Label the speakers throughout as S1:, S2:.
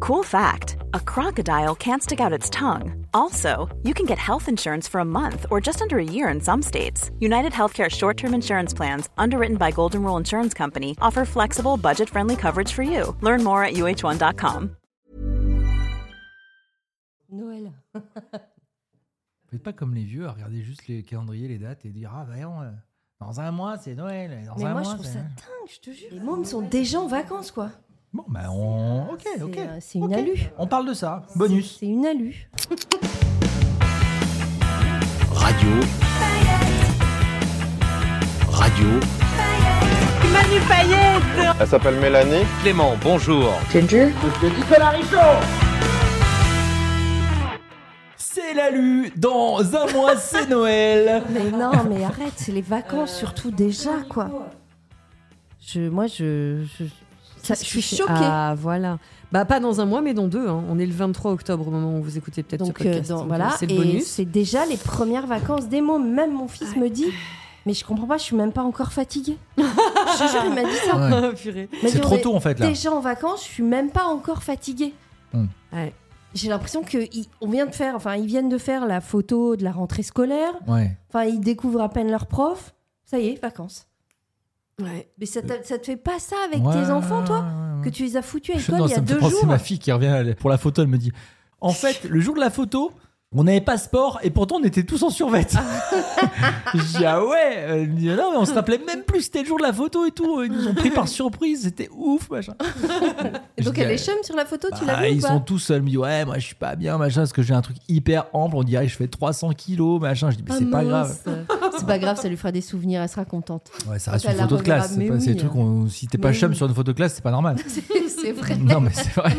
S1: Cool fact a crocodile can't stick out its tongue. Also, you can get health insurance for a month or just under a year in some states. United Healthcare short term insurance plans, underwritten by Golden Rule Insurance Company, offer flexible, budget friendly coverage for you. Learn more at uh1.com.
S2: Noël.
S3: Faites pas comme les vieux à regarder juste les calendriers, les dates et dire Ah, voyons, euh, dans un mois, c'est Noël. et Dans
S4: Mais
S3: un
S4: moi, je
S3: mois,
S4: trouve
S3: c'est-
S4: ça dingue, je te jure.
S2: Les mômes sont déjà en vacances, quoi.
S3: Bon, bah, on. Ok,
S2: c'est,
S3: ok.
S2: euh, c'est une
S3: Ok.
S2: alu.
S3: On parle de ça. Bonus.
S2: C'est une alu.
S5: Radio. Radio.
S6: Elle s'appelle Mélanie.
S5: Clément, bonjour.
S3: C'est l'alu. Dans un mois, c'est Noël.
S2: Mais non, mais arrête, c'est les
S4: Euh,
S2: vacances surtout déjà, quoi.
S4: Je, moi, je, je, ça-
S2: je suis choquée.
S4: Ah, voilà. Bah, pas dans un mois, mais dans deux. hein. On est le 23 octobre au moment où vous écoutez peut-être ce
S2: Donc, euh,
S4: podcast.
S2: dans-
S4: Donc,
S2: voilà,
S4: euh, c'est le
S2: et
S4: bonus.
S2: c'est déjà les premières vacances des mômes. Même mon fils me dit, mais je comprends pas, je suis même pas encore fatiguée. je te jure, il m'a dit ça.
S3: Ouais.
S4: Ah, Purée.
S2: Il m'a dit,
S3: C'est
S2: on
S3: trop
S2: est
S3: tôt, en fait, là.
S2: Déjà en vacances, je suis même pas encore fatiguée.
S3: Hmm.
S4: Ouais.
S2: J'ai l'impression que ils- on vient de faire, enfin ils viennent de faire la photo de la rentrée scolaire.
S3: Ouais.
S2: Enfin ils découvrent à peine leur prof. Ça y est, vacances.
S4: Ouais.
S2: Mais ça, t'a- ça te fait pas ça avec
S3: Euh, Ouais,
S2: tes enfants, toi
S3: ouais, ouais.
S2: Que tu les as foutus à
S3: Je-
S2: l'école
S3: non,
S2: il y
S3: ça
S2: a
S3: me fait
S2: deux
S3: penser
S2: jours.
S3: ma fille qui revient elle- pour la photo, elle me dit En fait, le jour de la photo, on n'avait pas sport et pourtant on était tous en survêt.
S2: Ah.
S3: Je dis Ah ouais Elle me dit Non, mais on se rappelait même plus, c'était le jour de la photo et tout. Ils nous ont pris par surprise, c'était ouf, machin.
S2: Et Donc
S3: Je dis,
S2: elle est chum sur la photo, tu
S3: Bah,
S2: l'as vu ou
S3: Ils
S2: pas
S3: sont tous seuls, ils me disent Ouais, moi je suis pas bien, machin, parce que j'ai un truc hyper ample, on dirait que je fais 300 kilos, machin. Je dis Mais
S2: Ah,
S3: c'est pas grave.
S2: mince. C'est pas grave, ça lui fera des souvenirs, elle sera contente.
S3: Ouais,
S2: Quand
S3: ça reste
S2: elle
S3: une
S2: la
S3: photo de
S2: reverra,
S3: classe. C'est
S2: ah, mais
S3: pas- c'est
S2: oui.
S3: des trucs où- si t'es pas
S2: Mais
S3: chum
S2: oui.
S3: sur une photo de classe, c'est pas normal.
S2: C'est c'est vrai.
S3: non, mais c'est vrai.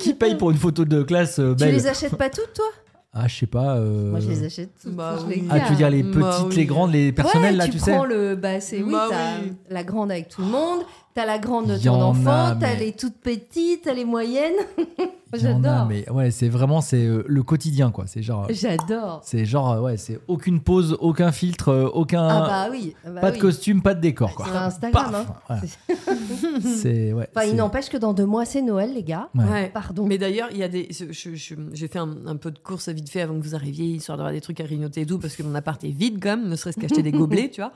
S3: Qui paye pour une photo de classe euh,
S2: Tu
S3: belle
S2: les achètes pas toutes, toi
S3: Ah, je sais pas. euh,
S2: Moi, je les achète toutes.
S4: bah
S2: je les
S4: oui.
S3: Ah, tu
S2: garde.
S3: veux dire les petites,
S4: Bah oui.
S3: les grandes, les personnelles,
S2: Ouais,
S3: là,
S2: tu,
S3: tu, sais
S2: prends le bah c'est oui,
S4: Bah
S2: t'as
S4: oui.
S2: la grande avec tout le monde, t'as la grande de
S3: Il y en
S2: ton
S3: a,
S2: enfant, t'as
S3: mais-
S2: les toutes petites, t'as les moyennes.
S3: Il y en a,
S2: J'adore.
S3: Mais ouais, c'est vraiment c'est euh, le quotidien, quoi. C'est genre. euh,
S2: J'adore.
S3: C'est genre, euh, ouais, c'est aucune pause, aucun filtre, euh, aucun.
S2: Ah bah oui. ah bah
S3: pas de
S2: oui. Bah,
S3: costume, pas de décor, quoi.
S2: Sur Instagram.
S3: Paf
S2: hein.
S3: Voilà.
S2: C'est-
S3: C'est. Ouais.
S2: Enfin,
S3: c'est-
S2: il n'empêche que dans deux mois c'est Noël, les gars.
S3: Ouais.
S4: Ouais.
S2: Pardon.
S4: Mais d'ailleurs, il y a des. je- je- je- J'ai fait un, un peu de course vite fait avant que vous arriviez, histoire d'avoir des trucs à grignoter et tout, parce que mon appart est vide quand même, ne serait-ce qu'acheter des gobelets, tu vois.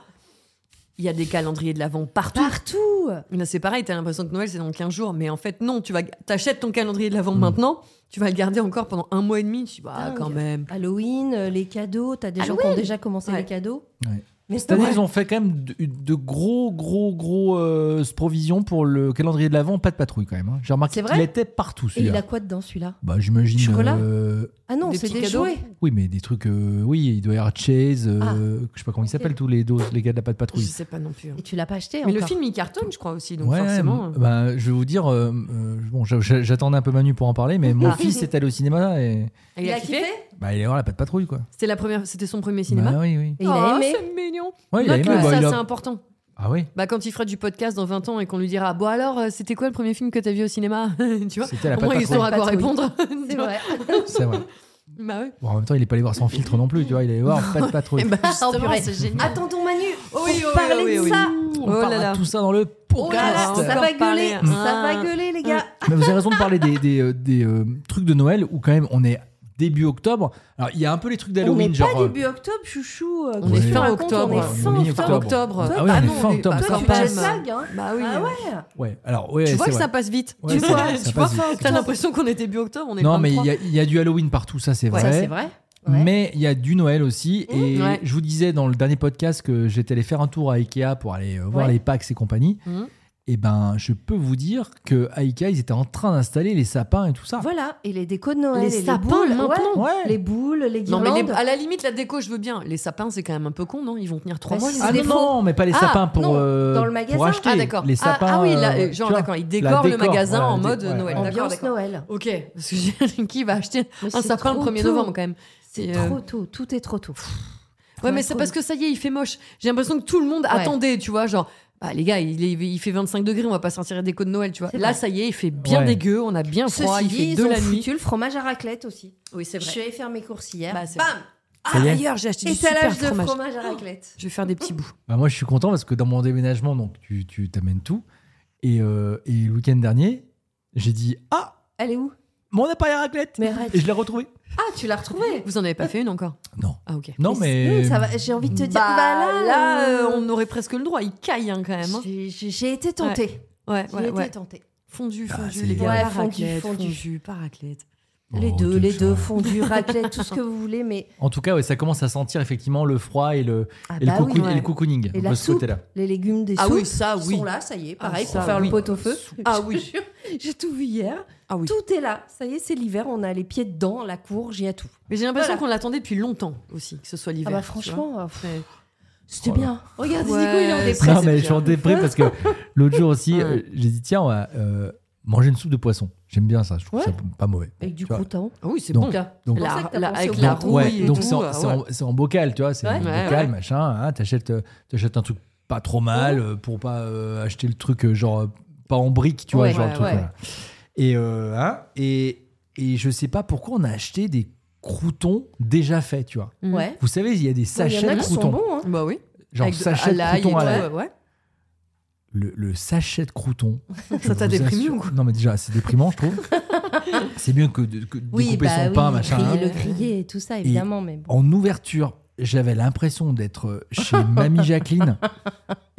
S4: Il y a des calendriers de l'avant partout.
S2: Partout.
S4: Là, c'est pareil, t'as l'impression que Noël c'est dans 15 jours, mais en fait, non, tu vas, t'achètes ton calendrier de
S3: Mm.
S4: l'avant maintenant, tu vas le garder encore pendant un mois et demi. Je suis, bah,
S2: Dingue.
S4: quand même.
S2: Halloween, euh, les cadeaux. T'as des gens qui ont déjà commencé
S4: Ouais.
S2: les cadeaux.
S3: Ouais.
S2: Mais
S3: Cette année, ils ont fait quand même de, de gros, gros, gros euh, provisions pour le calendrier de l'avant, pas de patrouille quand même. hein. J'ai remarqué
S2: C'est
S3: qu'il
S2: vrai
S3: était partout
S2: Et il
S3: celui-là.
S2: a quoi dedans celui-là
S3: Bah, j'imagine.
S2: Chocolat
S3: euh,
S2: Ah non,
S4: Des
S2: c'est des
S4: petits cadeaux.
S2: jouets.
S3: Oui, mais des trucs. euh, oui, il doit y avoir Chase, euh,
S2: Ah.
S3: je sais pas comment ils s'appellent tous les doses, les gars de la patte
S4: Je
S3: patrouille.
S4: sais pas non plus. hein.
S2: Et tu l'as pas acheté
S4: Mais
S2: encore.
S4: le film il cartonne, je crois aussi, donc
S3: ouais,
S4: forcément. euh.
S3: m- bah, je vais vous dire, euh, euh, bon, j'a- j'a- j'attendais un peu Manu pour en parler, mais mon
S4: Ah.
S3: fils est allé au cinéma et
S4: Et
S2: Il a kiffé.
S3: bah, il est voir la patte patrouille quoi.
S4: C'était la première, c'était son premier cinéma.
S3: Bah, oui, oui.
S2: Et il a
S4: Oh,
S2: aimé.
S4: c'est mignon.
S3: Ouais, il a
S4: Note-le,
S3: aimé, bah,
S4: euh, ça
S3: il a-
S4: c'est important.
S3: Ah oui,
S4: Bah, quand il fera du podcast dans 20 ans et qu'on lui dira Bon, alors, euh, c'était quoi le premier film que t'as vu au cinéma Tu vois
S3: c'était la
S4: Au
S3: patte
S4: moins,
S3: patrouille.
S4: il saura quoi
S2: Patrouille.
S4: répondre.
S2: C'est
S4: Tu vois
S2: vrai.
S3: C'est vrai.
S4: Bah, ouais.
S3: Bon, en même temps, il est pas allé voir sans filtre non plus, tu vois, il est allé voir patte patrouille.
S4: Eh ben,
S2: Oh,
S4: justement,
S2: purée.
S4: c'est génial.
S2: Attendons Manu pour
S4: Oui, oui,
S2: parler
S4: oui,
S2: de
S4: oui.
S2: ça.
S3: On
S4: Oh là
S3: parlera
S4: là.
S3: tout ça dans le podcast.
S2: Oh là là,
S4: Podcast.
S2: ça va
S4: Encore parler.
S2: gueuler, ça
S4: Ah.
S2: va gueuler les gars.
S3: Mais vous avez raison de parler des, des, euh, des, euh, trucs de Noël où quand même on est début octobre. Alors il y a un peu les trucs
S2: on n'est
S3: d'Halloween,
S2: pas
S3: genre. euh,
S2: début octobre, chouchou. euh,
S4: On
S2: qu'est-ce
S3: est
S2: que tu
S3: fin
S2: racontes On
S4: octobre.
S2: est
S4: Ouais,
S3: on est
S2: fin
S3: mi-octobre.
S2: octobre.
S4: Fin octobre.
S3: Ah oui,
S4: Bah
S3: on est
S4: non,
S3: fin
S4: on est-
S3: octobre,
S4: bah,
S3: ça
S2: Toi,
S4: quand
S2: tu
S4: même.
S2: jet lag, hein
S4: Bah oui.
S2: Ah ouais
S3: Ouais, alors ouais,
S4: Tu vois
S3: c'est
S4: que ça
S3: vrai.
S4: passe vite.
S3: Ouais,
S4: Tu
S3: c'est
S4: vois,
S3: vrai, ça
S4: tu vois
S3: passe vite.
S4: T'as l'impression qu'on est début octobre, on est
S3: Non, mais il y,
S4: 23.
S3: a- il y a du Halloween partout, ça c'est vrai.
S2: Ça, c'est vrai. Ouais. Mmh,
S3: Mais il y a du Noël aussi. Et
S4: Ouais.
S3: je vous disais dans le dernier podcast que j'étais allé faire un tour à Ikea pour aller euh, voir
S2: Ouais. Mmh.
S3: les packs et compagnie.
S4: Mhm.
S3: Et ben, je peux vous dire que à Ikea, ils étaient en train d'installer les sapins et tout ça.
S2: Voilà, et les décos de Noël,
S4: Les
S2: et
S4: sapins,
S2: boules, ouais.
S4: maintenant.
S3: Ouais.
S2: les boules, les
S4: Non,
S2: guirlandes.
S4: mais les- à la limite, la déco, je veux bien. Les sapins, c'est quand même un peu con, non Ils vont tenir trois
S2: Bah,
S4: mois.
S2: si,
S4: les
S2: c'est
S3: Ah
S2: des
S3: non,
S4: sapins.
S3: non, mais pas les
S4: Ah,
S3: sapins pour,
S2: dans
S3: euh,
S2: le magasin.
S3: pour acheter.
S4: Ah, d'accord.
S3: Les
S4: Ah,
S3: sapins.
S4: ah oui, là,
S3: euh,
S4: euh, genre,
S3: tu vois,
S4: d'accord, ils
S3: la
S4: décorent le
S3: décor,
S4: magasin
S3: voilà,
S4: en
S3: dé-
S4: mode
S3: ouais,
S4: Noël.
S3: ouais.
S4: D'accord,
S2: Ambiance
S4: d'accord.
S2: Noël.
S4: Ok, parce que j'ai- qui va acheter
S2: Mais
S4: un
S2: c'est
S4: sapin le
S2: trop
S4: 1er
S2: tôt.
S4: novembre quand même
S2: C'est
S4: Et, euh,
S2: trop tôt, tout est trop tôt.
S4: Ouais, mais c'est parce que ça y est, il fait moche. J'ai l'impression que tout le monde attendait, tu vois, genre. Bah, les gars, il, est- il fait 25 degrés, on va pas sortir des décos de Noël, tu vois.
S2: C'est
S4: Là,
S2: vrai.
S4: ça y est, il fait bien
S3: Ouais.
S4: dégueu, on a bien froid,
S2: Ceci dit,
S4: il
S2: ils
S4: fait de
S2: ont
S4: la nuit.
S2: foutu le fromage à raclette aussi.
S4: Oui, c'est
S2: Je suis allée faire mes courses hier.
S4: Bah, c'est
S2: Bam
S3: Ça
S4: Ah,
S3: y est.
S4: d'ailleurs, j'ai acheté du super
S2: Étalage de
S4: fromage. Oh
S2: fromage à raclette.
S4: Je vais faire des petits bouts.
S3: Bah, moi, je suis content parce que dans mon déménagement, donc tu tu t'amènes tout. Et, euh, et le week-end dernier, j'ai dit Ah,
S2: Elle est où
S3: Mon appareil à raclette
S2: Mais arrête.
S3: Et je l'ai retrouvé.
S2: Ah, tu l'as retrouvée
S4: Vous en avez pas fait une encore
S3: Non.
S4: Ah, ok.
S3: Non, mais.
S2: Hum, ça va, J'ai envie de te dire,
S4: Bah,
S2: bah là,
S4: là,
S2: euh,
S4: euh, on aurait presque le droit. Il caille hein, quand même. hein.
S2: J'ai- J'ai j'ai été tentée.
S4: Ouais,
S2: J'ai
S4: ouais,
S2: été
S4: ouais.
S2: tentée.
S4: Fondu,
S3: Ah,
S4: fondu,
S3: c'est-
S4: les gars.
S2: Ouais,
S4: pas
S2: fondu,
S4: raclette,
S2: fondu.
S4: pas raclette.
S2: les
S3: Oh,
S2: deux,
S3: t'es
S2: les
S3: chaud.
S2: deux, fondu, raclette, tout ce que vous voulez, mais
S3: En tout cas, ouais, ça commence à sentir effectivement le froid et le,
S2: Ah
S3: et le,
S2: bah oui,
S3: cocoon-
S4: ouais.
S3: et le cocooning
S2: Et
S3: de
S2: la
S3: ce
S2: soupe.
S3: côté-là.
S2: les légumes des
S4: Ah
S2: soupes
S4: oui, ça,
S2: qui
S4: oui.
S2: sont là, ça y est,
S4: Ah,
S2: pareil,
S4: ça,
S2: pour faire
S4: oui.
S2: le pot au feu.
S4: Ah
S2: Je
S4: oui.
S2: te jure, J'ai tout vu hier.
S4: Ah oui.
S2: Tout est là, ça y est, c'est l'hiver, on a les pieds dedans, la courge, il y a tout.
S4: Mais j'ai l'impression
S2: Voilà.
S4: qu'on l'attendait depuis longtemps aussi, que ce soit l'hiver.
S2: Ah bah
S4: tu vois.
S2: franchement, euh, pff,
S4: Ouais.
S2: c'était
S3: Oh là.
S2: bien. Regarde, Zico, il
S4: Ouais,
S2: est en
S4: c'est-
S2: dépression.
S3: Non, mais je suis en dépré parce que l'autre jour aussi,
S4: Ouais.
S3: euh, j'ai dit tiens, on va euh, manger une soupe de poisson. J'aime bien ça, je trouve
S2: Ouais.
S3: ça pas mauvais.
S2: Avec du
S3: Tu vois.
S2: crouton.
S4: Ah oui, c'est
S3: Donc,
S4: bon.
S3: donc-
S2: C'est pour ça
S4: La,
S2: que t'as
S4: la-
S2: pensé
S4: avec
S2: au
S4: la
S2: bon.
S4: rouille
S3: ouais,
S4: et
S3: donc
S4: tout.
S3: c'est en,
S4: ah
S3: c'est
S4: ouais.
S3: en- c'est en bocal, tu vois, c'est en
S2: euh, Ouais.
S4: Ouais,
S3: bocal, machin. hein, T'achètes euh, t'achètes un truc pas trop mal euh, pour pas euh, acheter le truc euh, genre euh, pas en brique, tu vois,
S2: Ouais,
S3: genre le
S4: ouais,
S3: truc,
S2: ouais.
S3: voilà. Et, euh, hein, et, et je sais pas pourquoi on a acheté des croutons déjà faits, tu vois.
S4: Mm.
S2: Ouais.
S3: Vous savez, il y a des
S2: Il y
S3: sachets
S2: en a
S3: de
S2: qui sont
S3: croutons.
S2: bons. hein.
S4: Bah oui.
S3: Genre
S4: Avec de-
S3: sachet de
S4: à l'ail
S3: croutons à
S4: et
S3: l'ail.
S4: tout, ouais.
S3: le, le sachet de crouton.
S4: Ça t'a déprimé ou quoi
S3: Non, mais déjà, c'est déprimant, je trouve. c'est bien que, de, que de
S2: Oui,
S3: découper
S2: bah
S3: son
S2: oui,
S3: pain, machin.
S2: griller,
S3: hein.
S2: Le griller et tout ça, évidemment, mais bon.
S3: En ouverture, j'avais l'impression d'être euh, chez Mamie Jacqueline.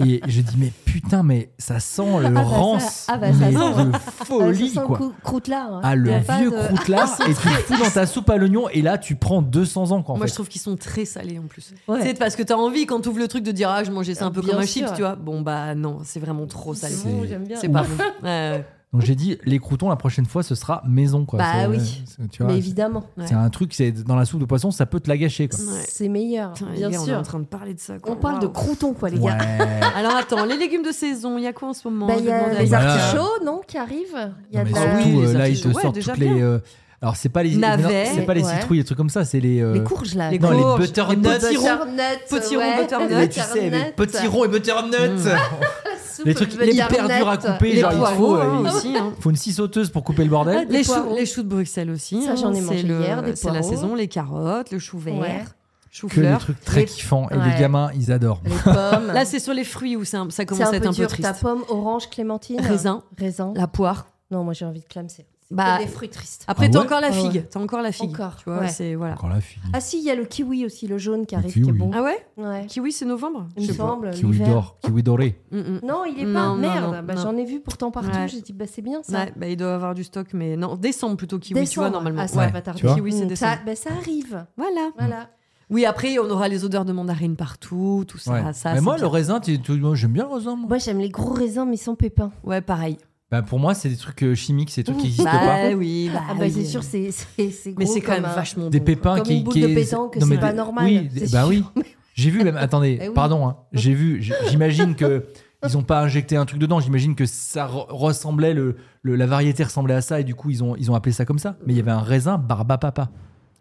S3: Et je dis, mais putain, mais ça sent le
S2: bah ça-
S3: rance.
S2: ah bah ça
S3: mais
S2: sent-
S3: de
S2: Ah,
S3: folie,
S2: ça sent
S3: quoi.
S2: le crou- croûte-lard, hein.
S3: Ah, le
S2: Y a pas
S3: vieux
S2: de- Ah,
S3: croûtelard, et tu le fous dans ta soupe à l'oignon, et là, tu prends 200 ans, quoi. en
S4: Moi,
S3: fait.
S4: je trouve qu'ils sont très salés en plus.
S3: Ah,
S2: Ouais. Euh,
S4: C'est parce que t'as envie quand t'ouvres le truc de dire ah je mangeais ça un peu
S2: Bien
S4: comme un
S2: sûr.
S4: chips, tu vois. Bon bah non, c'est vraiment trop salé.
S2: C'est bon, j'aime bien.
S4: C'est pas bon. Ouais,
S3: Donc, j'ai dit, les croutons, la prochaine fois, ce sera maison, quoi.
S2: Bah
S3: C'est-
S2: oui.
S3: c'est- tu vois,
S2: Mais
S3: c'est-
S2: évidemment,
S4: Ouais.
S3: C'est un truc, c'est dans la soupe de poisson, ça peut te la gâcher. Quoi.
S4: Ouais.
S2: c'est meilleur,
S4: Putain, les
S2: bien
S4: gars, On est en
S2: sûr.
S4: train de parler de ça. quoi.
S2: On parle de
S4: Waouh.
S2: croutons, quoi, les
S3: Ouais.
S2: gars.
S4: Alors attends, les légumes de saison, il y a quoi en ce moment
S2: Bah,
S4: Je
S2: Il y
S4: vais
S2: a
S4: demander à
S2: les
S4: Isa.
S3: Voilà.
S2: artichauts, non, qui arrivent. Il y a
S3: Non, mais
S2: de la-
S4: Oui,
S3: surtout, euh,
S4: les
S3: là, ils
S4: artichauts,
S3: te
S4: ouais,
S3: sortent
S4: déjà
S3: toutes les.
S4: bien.
S3: euh, alors, c'est pas les, mais non,
S4: Navets.
S3: c'est pas les
S2: Ouais.
S3: citrouilles, les trucs comme ça, c'est les. euh,
S2: les courges, là.
S4: les
S3: non,
S4: courges,
S3: les butternuts.
S4: les petits ronds.
S2: Butternut,
S4: Petit
S2: ouais,
S4: rond, butternut.
S3: Mais tu sais,
S2: butternut. Mm.
S3: les petits ronds et butternut.
S2: La soupe
S3: les trucs
S2: butternut.
S3: hyper durs à couper,
S4: Les
S3: genre il te faut,
S4: poireaux
S3: euh,
S4: hein,
S3: il-
S4: aussi. hein.
S3: faut une scie sauteuse pour couper le bordel.
S2: Ah, Des
S4: Les choux,
S2: poireaux.
S4: les choux de Bruxelles aussi.
S2: Ça, j'en ai
S4: hein,
S2: mangé
S4: c'est le-
S2: hier, des
S4: C'est la
S2: poireaux.
S4: saison, les carottes, le chou vert,
S2: Ouais.
S4: chou
S3: Que des
S4: fleur.
S3: trucs très
S2: Les-
S3: kiffants. Et
S2: Ouais.
S3: les gamins, ils adorent.
S2: Les pommes.
S4: Là, c'est sur les fruits où c'est un- ça
S2: c'est
S4: commence
S2: un
S4: à être
S2: peu
S4: un peu
S2: dur. Ta
S4: triste.
S2: pomme, orange, clémentine.
S4: Raisin,
S2: Raisin.
S4: la poire.
S2: Non, moi j'ai envie de clamser. C'est
S4: Bah,
S2: que des fruits tristes.
S4: Après,
S3: Ah
S4: t'as
S3: ouais
S4: encore la
S2: Ah ouais.
S4: figue. T'as encore la figue.
S2: Encore,
S4: Tu vois,
S2: ouais.
S4: c'est voilà.
S3: Encore la fille.
S2: Ah si, il y a le kiwi aussi, le jaune qui
S3: Le
S2: arrive, qui est
S3: kiwi.
S2: bon.
S4: Ah ouais
S2: Ouais.
S4: Kiwi, c'est novembre
S2: Il me semble.
S3: Kiwi
S2: l'hiver.
S3: d'or, kiwi doré.
S4: Mm, mm.
S2: Non, il est
S4: Non,
S2: pas.
S4: non,
S2: Merde.
S4: non,
S2: bah,
S4: non.
S2: J'en ai vu pourtant partout.
S4: Ouais.
S2: J'ai dit, bah, c'est bien ça.
S4: Ouais, bah, il doit avoir du stock, mais non, décembre plutôt kiwi, tu
S2: Décembre.
S4: vois, normalement.
S2: Ah, ça
S4: Ouais.
S2: va tarder.
S3: tu vois.
S4: Kiwi, c'est Mm.
S2: Mm, ça,
S4: décembre.
S2: bah, ça arrive.
S4: Voilà.
S2: Voilà.
S4: Oui, après, on aura les odeurs de mandarine partout, tout ça.
S3: Ouais.
S4: ça
S3: mais
S4: c'est
S3: moi,
S4: bien.
S3: le raisin, tu- tu- moi, j'aime bien le raisin. moi.
S2: Moi, j'aime les gros raisins, mais sans pépins.
S4: Ouais, pareil.
S3: Bah, pour moi, c'est des trucs euh, chimiques, c'est des trucs qui
S2: Bah,
S3: n'existent pas.
S4: Bah oui, bah,
S2: Ah, bah,
S4: oui.
S2: c'est sûr, c'est c'est- c'est
S4: Mais
S2: gros
S4: c'est quand même
S2: comme un-
S4: vachement
S3: des
S4: bon.
S3: pépins
S2: Comme
S3: qui
S2: une boule
S3: qui
S2: de
S3: est-
S2: pétanque,
S3: non,
S2: c'est
S3: mais
S2: pas
S3: de-
S2: normal,
S3: oui
S2: c'est
S3: bah
S2: sûr.
S3: oui j'ai vu même attendez
S2: Eh oui.
S3: pardon hein, j'ai vu j'- j'imagine que ils ont pas injecté un truc dedans j'imagine que ça re- ressemblait le, le- la variété ressemblait à ça et du coup ils ont ils ont appelé ça comme ça mais il y avait un raisin barba papa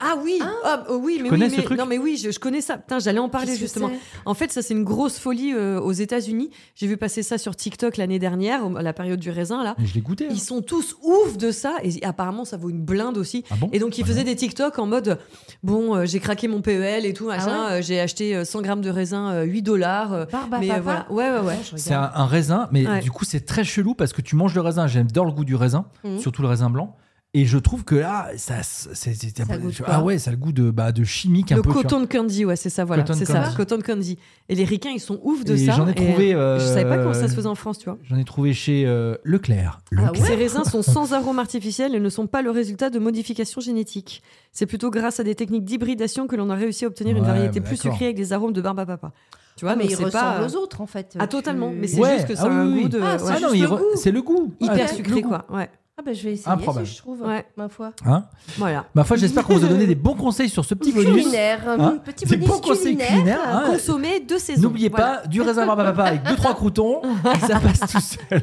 S4: Ah oui, ah, oh oui, mais
S3: connais
S4: oui,
S3: ce
S4: mais-
S3: truc
S4: non mais oui, je, je connais ça. Putain, j'allais en parler
S2: Qu'est-ce que
S4: justement.
S2: c'est
S4: En fait, ça c'est une grosse folie euh, aux États-Unis. J'ai vu passer ça sur TikTok l'année dernière, au- à la période du raisin là.
S3: mais je l'ai goûté hein.
S4: Ils sont tous ouf de ça et apparemment ça vaut une blinde aussi.
S3: ah bon
S4: Et donc ils
S3: Ah
S4: faisaient
S3: non.
S4: des TikTok en mode bon, euh, j'ai craqué mon PEL et tout
S3: Ah
S4: machin, euh, j'ai acheté euh, 100 grammes de raisin, euh, 8 dollars. euh,
S3: Bah,
S2: Barbe à
S4: mais euh,
S2: papa. Ah,
S4: voilà, ouais ouais ouais.
S2: Je
S3: c'est
S2: regarde.
S3: un, un raisin mais
S4: Ouais.
S3: du coup c'est très chelou parce que tu manges le raisin j'adore le goût du raisin
S2: Mhm.
S3: surtout le raisin blanc et je trouve que là ça c'est c'est-
S2: Ça goûte
S3: ah
S2: quoi
S3: ouais ça a le goût de bah, de chimique un
S4: Le
S3: peu tu vois.
S4: coton de candy, ouais, c'est ça, voilà,
S3: Cotton
S4: c'est ça,
S3: candy.
S4: coton de candy. Et les ricains, ils sont ouf de
S3: Et
S4: ça.
S3: j'en ai
S4: et
S3: trouvé
S4: Je savais pas
S3: euh,
S4: comment ça se faisait en France, tu vois.
S3: J'en ai trouvé chez euh, Leclerc. Leclerc.
S4: Ces raisins sont sans arôme artificiel et ne sont pas le résultat de modifications génétiques. C'est plutôt grâce à des techniques d'hybridation que l'on a réussi à obtenir une
S3: Ouais,
S4: variété
S3: bah
S4: plus
S3: d'accord.
S4: sucrée avec des arômes de barbe à papa. Tu vois,
S2: Ah, mais
S4: donc
S2: ils
S4: c'est
S2: ressemblent
S4: pas
S2: aux autres en fait. euh,
S4: Ah
S2: Tu-
S4: totalement, mais c'est
S3: Ouais,
S4: juste que ça
S3: ah
S4: a un
S3: oui, oui.
S4: goût de
S2: Ah, c'est
S4: ouais,
S3: Ah non,
S2: juste
S3: il
S2: le
S3: re-
S2: goût.
S3: c'est le goût. Ah,
S4: hyper
S3: c'est le
S4: sucré
S3: goût.
S4: quoi. Ouais.
S2: Ah bah je vais essayer
S3: Improbable.
S2: si je trouve
S4: Ouais.
S2: ma foi.
S3: Hein
S4: Voilà.
S3: Ma foi, j'espère qu'on vous a donné des bons conseils sur ce petit bonus.
S2: Culinaire,
S3: Hein
S2: petit
S3: Des
S2: bonus
S3: bons conseils
S2: culinaire.
S3: culinaires. hein.
S4: Consommer de saison.
S3: N'oubliez
S4: Voilà.
S3: pas, du raisin barbe à papa avec 2-3 croutons, et ça passe tout seul.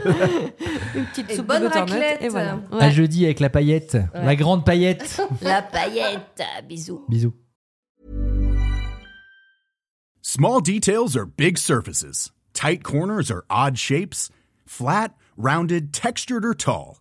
S4: une petite
S2: Et
S4: soupe
S2: bonne
S4: de butternut,
S2: raclette.
S4: et voilà. Ouais.
S3: À jeudi avec la paillette, la grande paillette.
S7: La paillette, bisous.
S3: Bisous.
S8: Small details are big surfaces. Tight corners are odd shapes. Flat, rounded, textured, or tall.